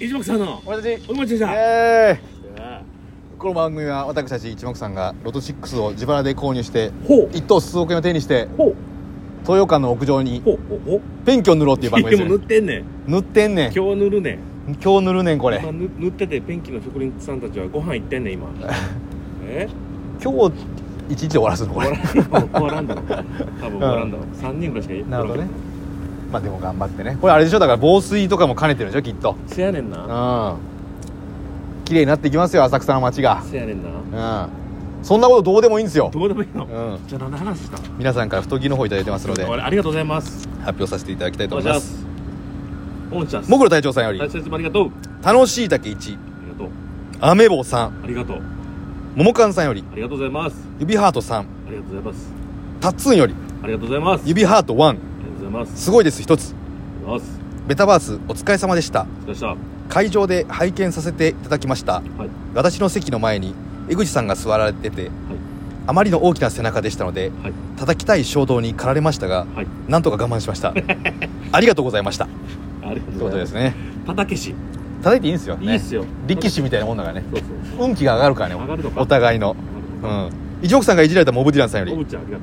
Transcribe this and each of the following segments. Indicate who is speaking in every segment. Speaker 1: 目さんの
Speaker 2: 俺たち
Speaker 1: お待ちでした
Speaker 2: えー、この番組は私たち一目さんがロト6を自腹で購入して
Speaker 1: ほう
Speaker 2: 一等数億円を手にして
Speaker 1: ほう
Speaker 2: 東洋館の屋上に
Speaker 1: ほうほうほう
Speaker 2: ペンキを塗ろうっていう番組
Speaker 1: で
Speaker 2: です
Speaker 1: も塗
Speaker 2: よ
Speaker 1: ってんねん
Speaker 2: 塗ってんねん
Speaker 1: 今日塗るねん
Speaker 2: 今日塗るねんこれ
Speaker 1: 今塗塗っててペンキの職人さんたちはご飯行ってんねん今え
Speaker 2: 今日一日終わらすのこれ
Speaker 1: 終わらんだろ多分終わらんだろ3人ぐらいしかい
Speaker 2: なるほどねまあでも頑張ってねこれあれでしょだから防水とかも兼ねてるでしょきっと
Speaker 1: せやねんな
Speaker 2: うん綺麗になっていきますよ浅草の街が
Speaker 1: せやねんな
Speaker 2: うんそんなことどうでもいいんですよ
Speaker 1: どうでもいいの、
Speaker 2: うん
Speaker 1: じゃあ何の話したの
Speaker 2: 皆さんから太着の方いただいてますので発
Speaker 1: 俺ありがとうございます
Speaker 2: 表させていただきたいと
Speaker 1: お
Speaker 2: 思い
Speaker 1: じゃ
Speaker 2: ます
Speaker 1: すおんちゃす
Speaker 2: もぐろ隊長さんより
Speaker 1: 大切もありがとう
Speaker 2: 楽しい竹1
Speaker 1: ありがとう
Speaker 2: アメボさん
Speaker 1: ありがとう
Speaker 2: ももかんさんより
Speaker 1: ありがとうございます
Speaker 2: 指ハートさん
Speaker 1: ありがとうございます
Speaker 2: タッツンより
Speaker 1: ありがとうございますあり
Speaker 2: 指ハート1
Speaker 1: がとうございます
Speaker 2: すごいです一つ
Speaker 1: ありがとうございます
Speaker 2: メタバースお疲れ様でした
Speaker 1: お疲れ様でした
Speaker 2: 会場で拝見させていただきました
Speaker 1: はい
Speaker 2: 私の席の前に江口さんが座られててあまりの大きな背中でしたので
Speaker 1: はい
Speaker 2: 叩きたい衝動に駆られましたが
Speaker 1: はいはい
Speaker 2: なんとか我慢しました ありがとうございましたと
Speaker 1: ありがと
Speaker 2: いううこ
Speaker 1: ござ
Speaker 2: と
Speaker 1: いま
Speaker 2: ですすね
Speaker 1: 叩けし
Speaker 2: 叩いていいんですよ、
Speaker 1: い
Speaker 2: ね、
Speaker 1: いっすよ
Speaker 2: 力士みたいなもんだからね
Speaker 1: そうそう
Speaker 2: 運気が上がるから
Speaker 1: 上が
Speaker 2: ね
Speaker 1: るのか
Speaker 2: お互いの
Speaker 1: そう
Speaker 2: うん一億さんがいじられたモブディランさんよ
Speaker 1: お
Speaker 2: り
Speaker 1: ぶちゃんありがと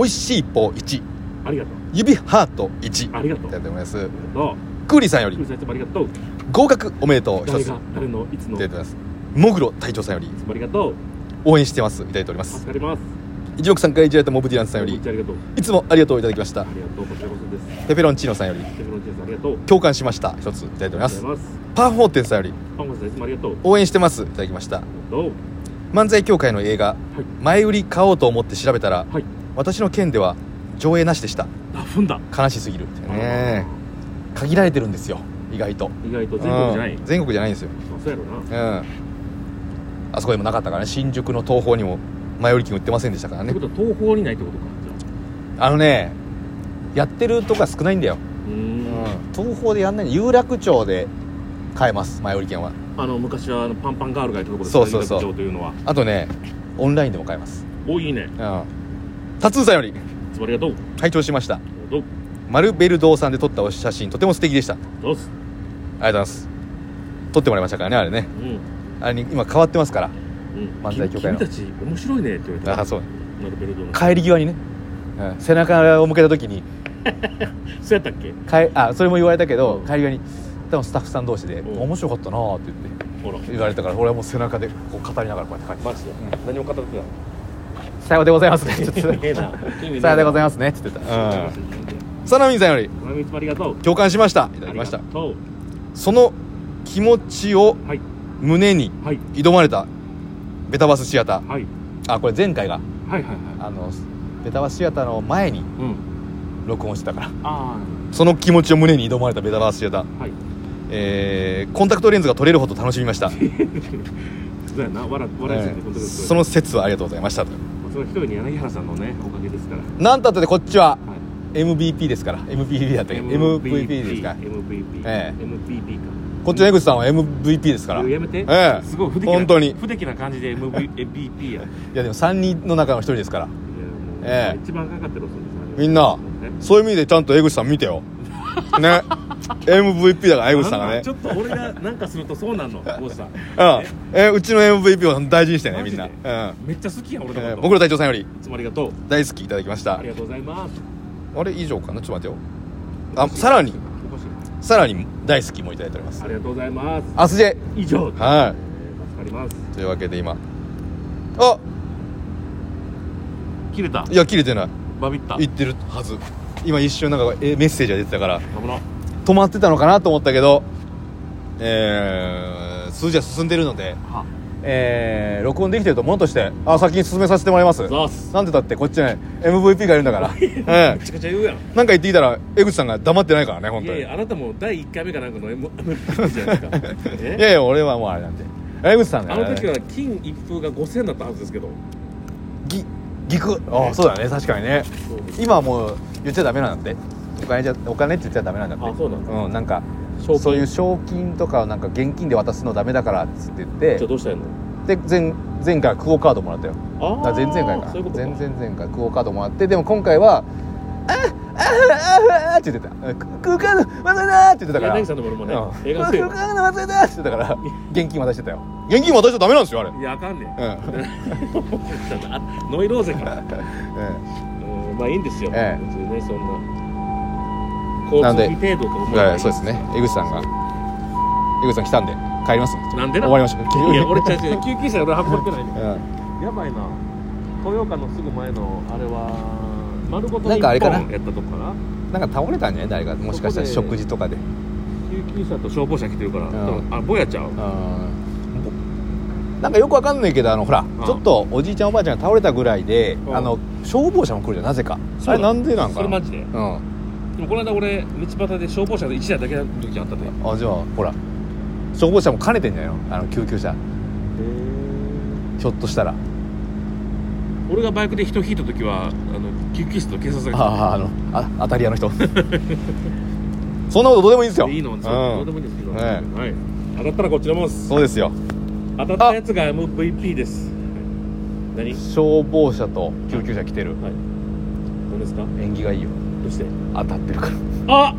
Speaker 2: 「おいしいぽ1
Speaker 1: ありがとう
Speaker 2: 指ハート1」
Speaker 1: ありがとう
Speaker 2: いただいております
Speaker 1: ありがとう
Speaker 2: クーリーさんよ
Speaker 1: クル
Speaker 2: り
Speaker 1: ーさんいつもありがとう
Speaker 2: 「合格おめでとう」一つ
Speaker 1: 誰
Speaker 2: いた
Speaker 1: が誰のいつの
Speaker 2: だい
Speaker 1: い
Speaker 2: て
Speaker 1: つ
Speaker 2: おりますもぐろ隊長さんより
Speaker 1: もありがとう
Speaker 2: 「応援してます」いただいております
Speaker 1: 助かります
Speaker 2: 一億さんがいじられたモブディランさんよ
Speaker 1: お
Speaker 2: り
Speaker 1: ぶちゃんありがとう
Speaker 2: 「いつもありがとう」いただきました
Speaker 1: ありがとうこちらこそです
Speaker 2: ペペロンチーノさんより
Speaker 1: テクノロジーさんありがとう
Speaker 2: 「共感しました」一ついただいておりま
Speaker 1: ありが
Speaker 2: す
Speaker 1: とうございます
Speaker 2: パンフォーテンさんより
Speaker 1: パンコさんいつもありがとう
Speaker 2: 「応援してます」いただきました
Speaker 1: どう
Speaker 2: 漫才協会の映画
Speaker 1: はい
Speaker 2: 前売り買おうと思って調べたら
Speaker 1: はい
Speaker 2: 私の県では上映なしでした
Speaker 1: あ踏んだ
Speaker 2: 悲しすぎるってね限られてるんですよ意外と
Speaker 1: 意外と全国じゃない
Speaker 2: うん全国じゃないんですよ
Speaker 1: まあそうやろな
Speaker 2: うんあそこでもなかったからね新宿の東宝にも前売り券売ってませんでしたから
Speaker 1: って
Speaker 2: ね
Speaker 1: ことは東宝にないってことかじゃ
Speaker 2: あのねやってるとか少ないんだよ、
Speaker 1: あうーん
Speaker 2: 東宝でやんない有楽町で買えます前売り券は
Speaker 1: あの昔はあのパンパンガールがいたところです
Speaker 2: そうそうそう
Speaker 1: 有楽町というのは
Speaker 2: あとねオンラインでも買えます
Speaker 1: おいいね
Speaker 2: うんタツーさんより
Speaker 1: いつもありがとう
Speaker 2: 拝聴しました
Speaker 1: どう
Speaker 2: マルベル堂さんで撮ったお写真とても素敵でしたあり
Speaker 1: どうす
Speaker 2: がとうございます撮ってもらいましたからねあれね
Speaker 1: うん
Speaker 2: あれに今変わってますから
Speaker 1: うん
Speaker 2: 漫才協会の
Speaker 1: 君たち面白いねって言われて
Speaker 2: あそう
Speaker 1: なるベルトの
Speaker 2: 帰り際にね、うん背中を向けた時に
Speaker 1: そうやったっけ
Speaker 2: かえあそれも言われたけど、
Speaker 1: うん
Speaker 2: 帰り際に多分スタッフさん同士で「
Speaker 1: うん
Speaker 2: 面白かったな」って言って
Speaker 1: ほら
Speaker 2: 言われたから俺はもう背中でこう語りながらこうやって帰って
Speaker 1: マジで何も語ってない
Speaker 2: 「さようでございます ね」って言っ
Speaker 1: ねえ
Speaker 2: て
Speaker 1: な
Speaker 2: 「さようでございますね」って言ってた、うん、サナミンさんより
Speaker 1: お前もいつもありがとう
Speaker 2: 「共感しました」いただきました
Speaker 1: ありがとう
Speaker 2: その気持ちを
Speaker 1: はい
Speaker 2: 胸に
Speaker 1: はい
Speaker 2: 挑まれたベタバスシアター
Speaker 1: はい
Speaker 2: あこれ前回が
Speaker 1: はいはいはい
Speaker 2: あのベタバスシアターの前に
Speaker 1: うん
Speaker 2: 録音してたから
Speaker 1: あ
Speaker 2: その気持ちを胸に挑まれたベタバスシアター
Speaker 1: あはい
Speaker 2: えーコンタクトレンズが取れるほど楽しみました、
Speaker 1: そうやな笑笑いすぎて本当に
Speaker 2: その説はありがとうございましたと
Speaker 1: その一人に柳原さんのねおかげですから
Speaker 2: なんたってねこっちは
Speaker 1: はい
Speaker 2: MVP ですから MVP だって MVP ですから
Speaker 1: MVP
Speaker 2: ええ
Speaker 1: MVP か
Speaker 2: こっちの江口さんは MVP ですからい
Speaker 1: や
Speaker 2: や
Speaker 1: めて、
Speaker 2: ええ
Speaker 1: すごい不敵な
Speaker 2: 本当に
Speaker 1: 不敵な感じで MVP やいやも
Speaker 2: でも3人の中の1人ですから
Speaker 1: う、
Speaker 2: ええ
Speaker 1: 一番かかってるそのさ
Speaker 2: みんなそういう意味でちゃんと江口さん見てよ ね MVP だから江口さんが
Speaker 1: なん
Speaker 2: ね
Speaker 1: かちょっと俺がなんかするとそうな んの郷さん
Speaker 2: うん、えうちの MVP を大事にしてね
Speaker 1: マ
Speaker 2: みん
Speaker 1: ジで
Speaker 2: な、うんえ
Speaker 1: めっちゃ好きやん俺のこと、
Speaker 2: ー、僕ら隊長さんより
Speaker 1: いつもありがとう
Speaker 2: 大好きいただきました
Speaker 1: ありがとうございます
Speaker 2: あれ以上かなちょっと待ってよあさらに
Speaker 1: お越し
Speaker 2: さらに大好きもいただいております
Speaker 1: ありがとうございます
Speaker 2: アスジェ
Speaker 1: 以上、え
Speaker 2: はい
Speaker 1: ー助かります
Speaker 2: というわけで今あ
Speaker 1: 切れた
Speaker 2: いや切れてない
Speaker 1: バビった
Speaker 2: 言ってるはず今一瞬なんかえメッセージが出てたから
Speaker 1: 危な
Speaker 2: 止まってたのかなと思ったけどえー、数字は進んでるので
Speaker 1: は
Speaker 2: えー、録音できてるとものとしてあ先に進めさせてもらいます
Speaker 1: ざーす
Speaker 2: なんでだってこっちね MVP がいるんだからえ
Speaker 1: めちゃくちゃ言うやん
Speaker 2: えなんか言ってきたら江口さんが黙ってないからね本
Speaker 1: い
Speaker 2: 当
Speaker 1: や
Speaker 2: に
Speaker 1: い
Speaker 2: いや
Speaker 1: やあなたも第一回目かなんかの M- MVP じゃないです か
Speaker 2: い
Speaker 1: え
Speaker 2: や俺はもうあれなんで江口さんだ
Speaker 1: あ
Speaker 2: から
Speaker 1: の時
Speaker 2: ね
Speaker 1: は金一封が5000だったはずですけど
Speaker 2: ぎぎくああそうだね確かにね
Speaker 1: そう
Speaker 2: 今はもう言っちゃダメなんだってお金じゃお金って言っちゃダメなんだって
Speaker 1: あそうなんだ
Speaker 2: うんなんか
Speaker 1: 賞金
Speaker 2: そういう賞金とかをなんか現金で渡すのダメだからっつって言って
Speaker 1: じゃあどうしたらいいの
Speaker 2: で前前回はクオカードもらったよ
Speaker 1: あ
Speaker 2: あ
Speaker 1: ー
Speaker 2: 前々回か
Speaker 1: そういうことか
Speaker 2: 前々前々回クオカードもらってでも今回はああって言ってた空間の忘れだって言ってたから
Speaker 1: 柳さんのものもね
Speaker 2: うん
Speaker 1: 映画のせいよ
Speaker 2: 空間の忘れだって言ってたから現金渡してたよ現金渡しちゃダメなんですよあれ
Speaker 1: いやあかんねん、
Speaker 2: うん
Speaker 1: あノイローゼから
Speaker 2: え
Speaker 1: うんまあいいんですよ、
Speaker 2: ええ
Speaker 1: 別にねそんな
Speaker 2: なん
Speaker 1: 交
Speaker 2: で
Speaker 1: 通費程度と
Speaker 2: え
Speaker 1: 思え
Speaker 2: だか
Speaker 1: ばい
Speaker 2: ら
Speaker 1: い
Speaker 2: そうですね江口さんが江口さん来たんで帰ります
Speaker 1: なんでな
Speaker 2: 終わりました
Speaker 1: いや俺ちゃ うちゃう救急車俺運んでないね
Speaker 2: うん
Speaker 1: やばいな豊岡のすぐ前のあれは丸ごと
Speaker 2: なん
Speaker 1: 日
Speaker 2: かあれ
Speaker 1: 本
Speaker 2: かな
Speaker 1: やったとこかな
Speaker 2: なんか倒れたんじゃない誰かもしかしたら
Speaker 1: そこ
Speaker 2: 食
Speaker 1: で
Speaker 2: 事とかで
Speaker 1: 救急車と消防車来てるから、
Speaker 2: うん
Speaker 1: あぼやちゃう
Speaker 2: うんなんかよくわかんないけどあのほら、
Speaker 1: ん
Speaker 2: ちょっとおじいちゃんおばあちゃんが倒れたぐらいで、
Speaker 1: うん
Speaker 2: あの消防車も来るじゃんなぜか
Speaker 1: そ
Speaker 2: あ
Speaker 1: う
Speaker 2: れ
Speaker 1: なの
Speaker 2: なんでなん
Speaker 1: そ
Speaker 2: か
Speaker 1: れ
Speaker 2: な
Speaker 1: マジで
Speaker 2: うん
Speaker 1: でもこの間俺道端で消防車で1台だけの時あったでへ
Speaker 2: あじゃあほら消防車も兼ねてんじゃないのあの救急車ひょっとしたら
Speaker 1: 俺がバイクで人引いた時はあの救急車と警察が来
Speaker 2: あああのあ当たり屋の人 そんなことどうでもいいんですよ
Speaker 1: ていいの
Speaker 2: うん
Speaker 1: そうどうでもいいんですけど、
Speaker 2: え
Speaker 1: はい、当たったらこっちらもんです
Speaker 2: そうですよ
Speaker 1: 当たったやつが MVP です何
Speaker 2: 消防車と救急車来てる
Speaker 1: はいどうですか
Speaker 2: 縁起がいいよ
Speaker 1: どうして
Speaker 2: 当たってるから
Speaker 1: あ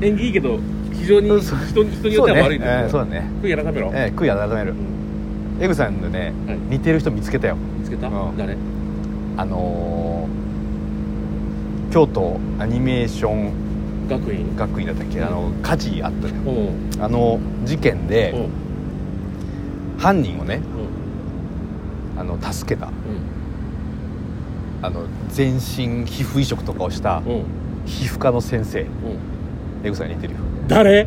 Speaker 1: 演技いいけど非常に
Speaker 2: そう
Speaker 1: 人に人によっては悪い
Speaker 2: そうねえー
Speaker 1: です
Speaker 2: そう
Speaker 1: よ
Speaker 2: だね
Speaker 1: 悔い改めろ
Speaker 2: えー悔い改める
Speaker 1: うん
Speaker 2: エグさんのね、
Speaker 1: はい
Speaker 2: 似てる人見つけたよ
Speaker 1: 見つけた
Speaker 2: うん
Speaker 1: 誰
Speaker 2: あのー京都アニメーション
Speaker 1: 学院
Speaker 2: 学院だったっけあの火事あったじゃん
Speaker 1: おう
Speaker 2: あの事件
Speaker 1: お
Speaker 2: で
Speaker 1: う
Speaker 2: 犯人をね
Speaker 1: おう
Speaker 2: あの助けた
Speaker 1: うん
Speaker 2: あの全身皮膚移植とかをした
Speaker 1: おう
Speaker 2: 皮膚科の先生
Speaker 1: おう
Speaker 2: エグさんに似てるよ
Speaker 1: 誰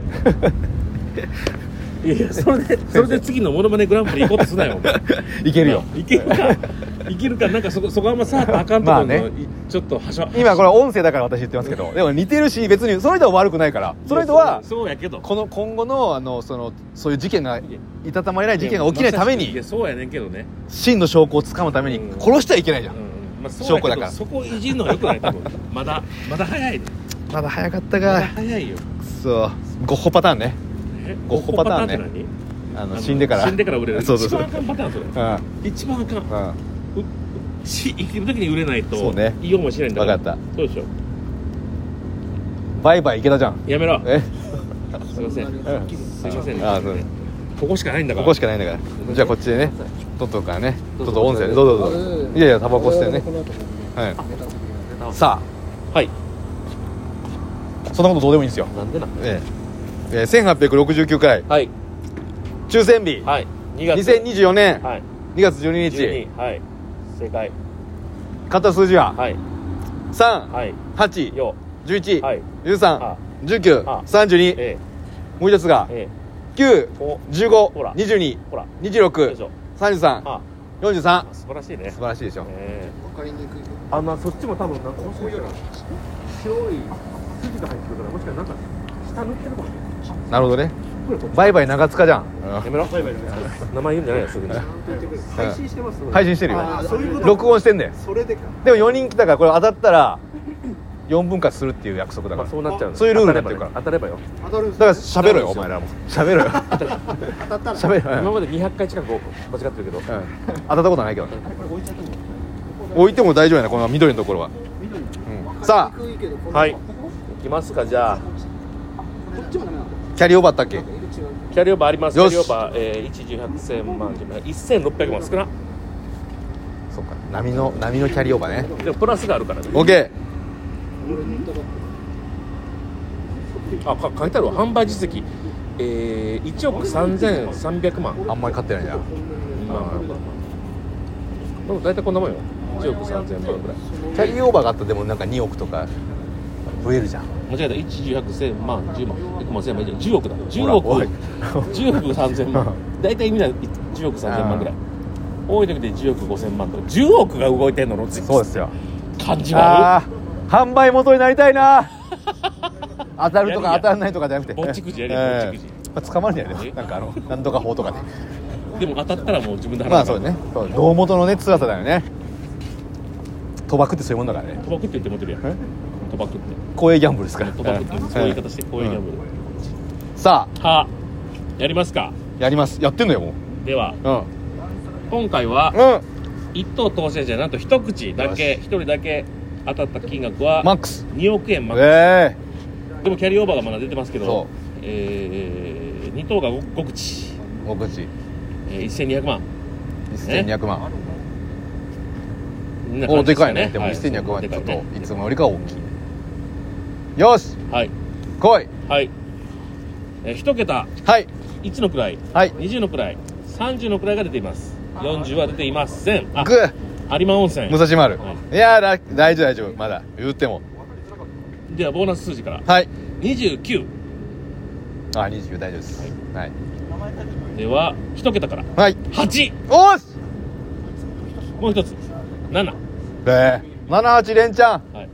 Speaker 1: いやそれでそれで次のモノマネグランプリ行こうとすなよお前
Speaker 2: いけるよ
Speaker 1: いけるかいけるかなんかそこそこあんまさあったらあかんところの、
Speaker 2: まあね
Speaker 1: いちょっとはしゃ
Speaker 2: 今これ音声だから私言ってますけどでも似てるし別にその人は悪くないからその人
Speaker 1: いや
Speaker 2: は
Speaker 1: そうそうやけど
Speaker 2: この今後のあのそのそういう事件が
Speaker 1: いや
Speaker 2: いたたまれない事件が起きないため
Speaker 1: い
Speaker 2: に
Speaker 1: やそうやねんけどね、
Speaker 2: 真の証拠をつかむために
Speaker 1: うん
Speaker 2: 殺してはいけないじ
Speaker 1: う
Speaker 2: ゃん
Speaker 1: んまあ、そうや
Speaker 2: 証拠
Speaker 1: け
Speaker 2: だ
Speaker 1: ど
Speaker 2: から
Speaker 1: そこいじんのはよくない多分まだまだ早いで
Speaker 2: まだ早かった
Speaker 1: まだ
Speaker 2: か
Speaker 1: 早いよ
Speaker 2: そうゴッホパターンね
Speaker 1: え
Speaker 2: ゴッホパターンね
Speaker 1: ゴッ
Speaker 2: あ
Speaker 1: ホパターンって
Speaker 2: の
Speaker 1: 何
Speaker 2: 死んでから
Speaker 1: 死んでから売れる
Speaker 2: そうそうそう
Speaker 1: 一番あかんパターンそれ
Speaker 2: う
Speaker 1: 一番あかん
Speaker 2: んうん
Speaker 1: うし生きる時に売れないと
Speaker 2: そうね
Speaker 1: いい思いしないんだ
Speaker 2: 分
Speaker 1: か
Speaker 2: からった
Speaker 1: そうでしょ
Speaker 2: バイバイ池田じゃん
Speaker 1: やめろ
Speaker 2: え
Speaker 1: すいません
Speaker 2: うん
Speaker 1: すいませんね
Speaker 2: あそうね
Speaker 1: ここしかないんだか
Speaker 2: こ
Speaker 1: ら
Speaker 2: こしかないんだからじゃあこっちでね取っとくからねちょっと音声でどうぞどうぞいやいやタバコ吸ってねはいさ
Speaker 1: はい
Speaker 2: あそんなことどうでもいいんですよ
Speaker 1: なんでな
Speaker 2: えええー1869回
Speaker 1: はい
Speaker 2: 抽選日
Speaker 1: はい2月
Speaker 2: 2024年
Speaker 1: はい
Speaker 2: 2月12日
Speaker 1: 12はい正解
Speaker 2: 買った数字は
Speaker 1: はいはい
Speaker 2: 3811
Speaker 1: よはいああ
Speaker 2: 131932
Speaker 1: え
Speaker 2: もう一つが
Speaker 1: ええおほらえほらよいし
Speaker 2: 91522263343
Speaker 1: ょあ素晴らしいね
Speaker 2: 素晴らしいでしょ
Speaker 1: え
Speaker 3: かりにくいけど
Speaker 1: えあなそっちも多分なんかこういう白い筋が入ってるからもしかしたらなんか下塗ってるかもしれない
Speaker 2: なるほどね
Speaker 1: これこっち
Speaker 2: バイバイ長塚じゃん
Speaker 1: やめろ名前言うんじゃないよすぐに
Speaker 3: 配信してます
Speaker 2: 配信してるよ
Speaker 3: あーそういうこと
Speaker 2: 録音してんだよ
Speaker 3: それでか
Speaker 2: でも4人来たからこれ当たったら4分割するっていう約束だか
Speaker 1: まあ
Speaker 2: ら
Speaker 1: そうなっちゃうの
Speaker 2: そういうルールになってるから
Speaker 1: 当たればね
Speaker 3: 当たるんす
Speaker 2: だから
Speaker 3: よ
Speaker 2: 喋ろよお前らも喋ろよ
Speaker 3: 当たったら
Speaker 2: 喋
Speaker 1: 当たれば
Speaker 2: ろ
Speaker 1: よ今
Speaker 2: よ
Speaker 1: まで200回近く間違ってるけど
Speaker 2: うん当たったことないけどね
Speaker 3: あれこれ置いちゃっても
Speaker 2: 置いても大丈夫やなこの緑のところは
Speaker 3: 緑に
Speaker 2: うんさあ
Speaker 3: くいけどこ
Speaker 1: はい
Speaker 3: こ
Speaker 1: いきますかじゃあ
Speaker 3: っちもダメなの
Speaker 2: キャリーオーバーあったっけ
Speaker 1: キャリーオーバーありますキャ
Speaker 2: よ
Speaker 1: リ
Speaker 2: し
Speaker 1: ーオーバー、えー、1 1 0 0 0万1600万少な
Speaker 2: そっか波の波のキャリーオーバーね
Speaker 1: でもプラスがあるからね
Speaker 2: OK
Speaker 1: あか書いてあるわ販売実績えー、1億3300万
Speaker 2: あんまり勝ってないじゃん
Speaker 1: まあまあまあまあでも大体こんなもんよ1億3000万ぐらい
Speaker 2: キャリーオーバーがあったらでもなんか2億とか増えるじゃん
Speaker 1: 間違えた1 1 0 0 0万10万100万1000万10億だ10億
Speaker 2: ほらおい
Speaker 1: 10億3000万 大体みんな10億3000万ぐらい多い時で10億5000万とか10億が動いてんのロジック
Speaker 2: そうですよ
Speaker 1: 感じは
Speaker 2: あー販売元になりたいな 当たるとか
Speaker 1: やるやん
Speaker 2: 当たらないとかじゃなくて
Speaker 1: ぼっちくじやるよ
Speaker 2: え
Speaker 1: ぼっちくじ
Speaker 2: えまあ捕まるんじゃない
Speaker 1: え
Speaker 2: でもなんかあの何とか法と かね
Speaker 1: でも当たったらもう自分で払う
Speaker 2: まあそうねそう胴元のね辛さだよね賭博ってそういうもんだからね
Speaker 1: 賭博って言って持ってるやん
Speaker 2: え
Speaker 1: 賭博って
Speaker 2: 公営ギャンブルですから
Speaker 1: 賭博ってそういう言い方してこういうギャンブ
Speaker 2: う
Speaker 1: ル
Speaker 2: んさ
Speaker 1: はやりますか
Speaker 2: あやりますやってんのよも
Speaker 1: では
Speaker 2: う
Speaker 1: 今回は
Speaker 2: うんうん
Speaker 1: 一等当選者なんと一口だけ
Speaker 2: よ
Speaker 1: 一人だけ当たった金額は
Speaker 2: マックス
Speaker 1: 2億円マック
Speaker 2: え
Speaker 1: スでもキャリーオーバーがまだ出てますけ
Speaker 2: そ
Speaker 1: ど
Speaker 2: う、
Speaker 1: えー、2等が 5, 口、
Speaker 2: えー、5口
Speaker 1: えー、1200万
Speaker 2: 1200万
Speaker 1: みんな
Speaker 2: お
Speaker 1: 感じ
Speaker 2: ですか
Speaker 1: よ
Speaker 2: いねでも
Speaker 1: はい
Speaker 2: 1200万ちょっ
Speaker 1: でかいね
Speaker 2: といつもよりかは大きいよし
Speaker 1: はい
Speaker 2: 来い
Speaker 1: はい、えー、1桁
Speaker 2: はい
Speaker 1: 1の位
Speaker 2: はい
Speaker 1: 20の位30の位が出ています40は出ていませんあ
Speaker 2: グー
Speaker 1: 有馬温泉
Speaker 2: 武蔵丸
Speaker 1: はい
Speaker 2: いやーら大丈夫大丈夫まだ言っても
Speaker 1: ではボーナス数字から
Speaker 2: はい
Speaker 1: 29
Speaker 2: あ29大丈夫ですはい
Speaker 1: では1桁から
Speaker 2: はい
Speaker 1: 8
Speaker 2: おーし
Speaker 1: もう一つ7
Speaker 2: えー、78連チャン
Speaker 1: はい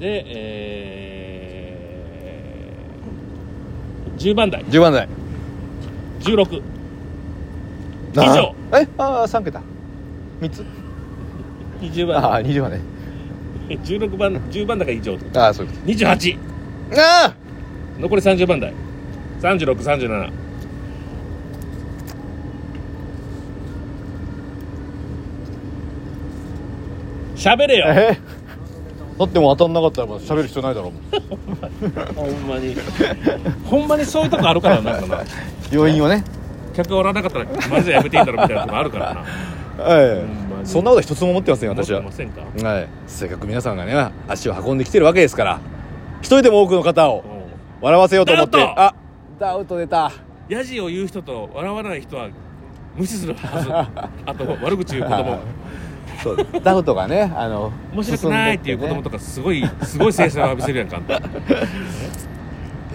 Speaker 1: でえー、10番台
Speaker 2: 10番台
Speaker 1: 16
Speaker 2: な
Speaker 1: 以上
Speaker 2: えああ3桁3つ
Speaker 1: 20
Speaker 2: あ
Speaker 1: 番
Speaker 2: あ20番台
Speaker 1: 16番10番台が以上
Speaker 2: ああそういうこ
Speaker 1: 28
Speaker 2: とあ
Speaker 1: 残り30番台3637しゃべれ
Speaker 2: あ
Speaker 1: よ
Speaker 2: えー、だってもう当たんなかったらもう喋る必要ないだろうもう
Speaker 1: ほんまにほんまにそういうとこあるからななんかな
Speaker 2: 要因をね
Speaker 1: 客がおらなかったらまずやめていいだろみたいなとこあるか らな
Speaker 2: え
Speaker 1: ほんま
Speaker 2: え
Speaker 1: に
Speaker 2: そんなこと一つも思ってませんよ私
Speaker 1: 思
Speaker 2: は
Speaker 1: ってませんか
Speaker 2: はいせっかく皆さんがね足を運んできてるわけですから一人でも多くの方を
Speaker 1: う
Speaker 2: 笑わせようと思って
Speaker 1: ダウト
Speaker 2: あダウト出た
Speaker 1: んヤジを言う人と笑わない人は無視するはずあと悪口言う子供
Speaker 2: そうダウトがねあの
Speaker 1: 面白くないっていう子供とかすごいすごい精神を浴びせるやんかあんた
Speaker 2: い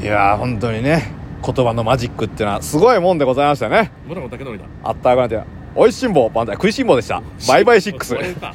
Speaker 2: やー本当にね言葉のマジックっていうのはすごいもんでございましたね
Speaker 1: 村野武則だ
Speaker 2: あったかくなっておいしんぼ万歳食いしんぼでしたバイバイシックス
Speaker 1: これか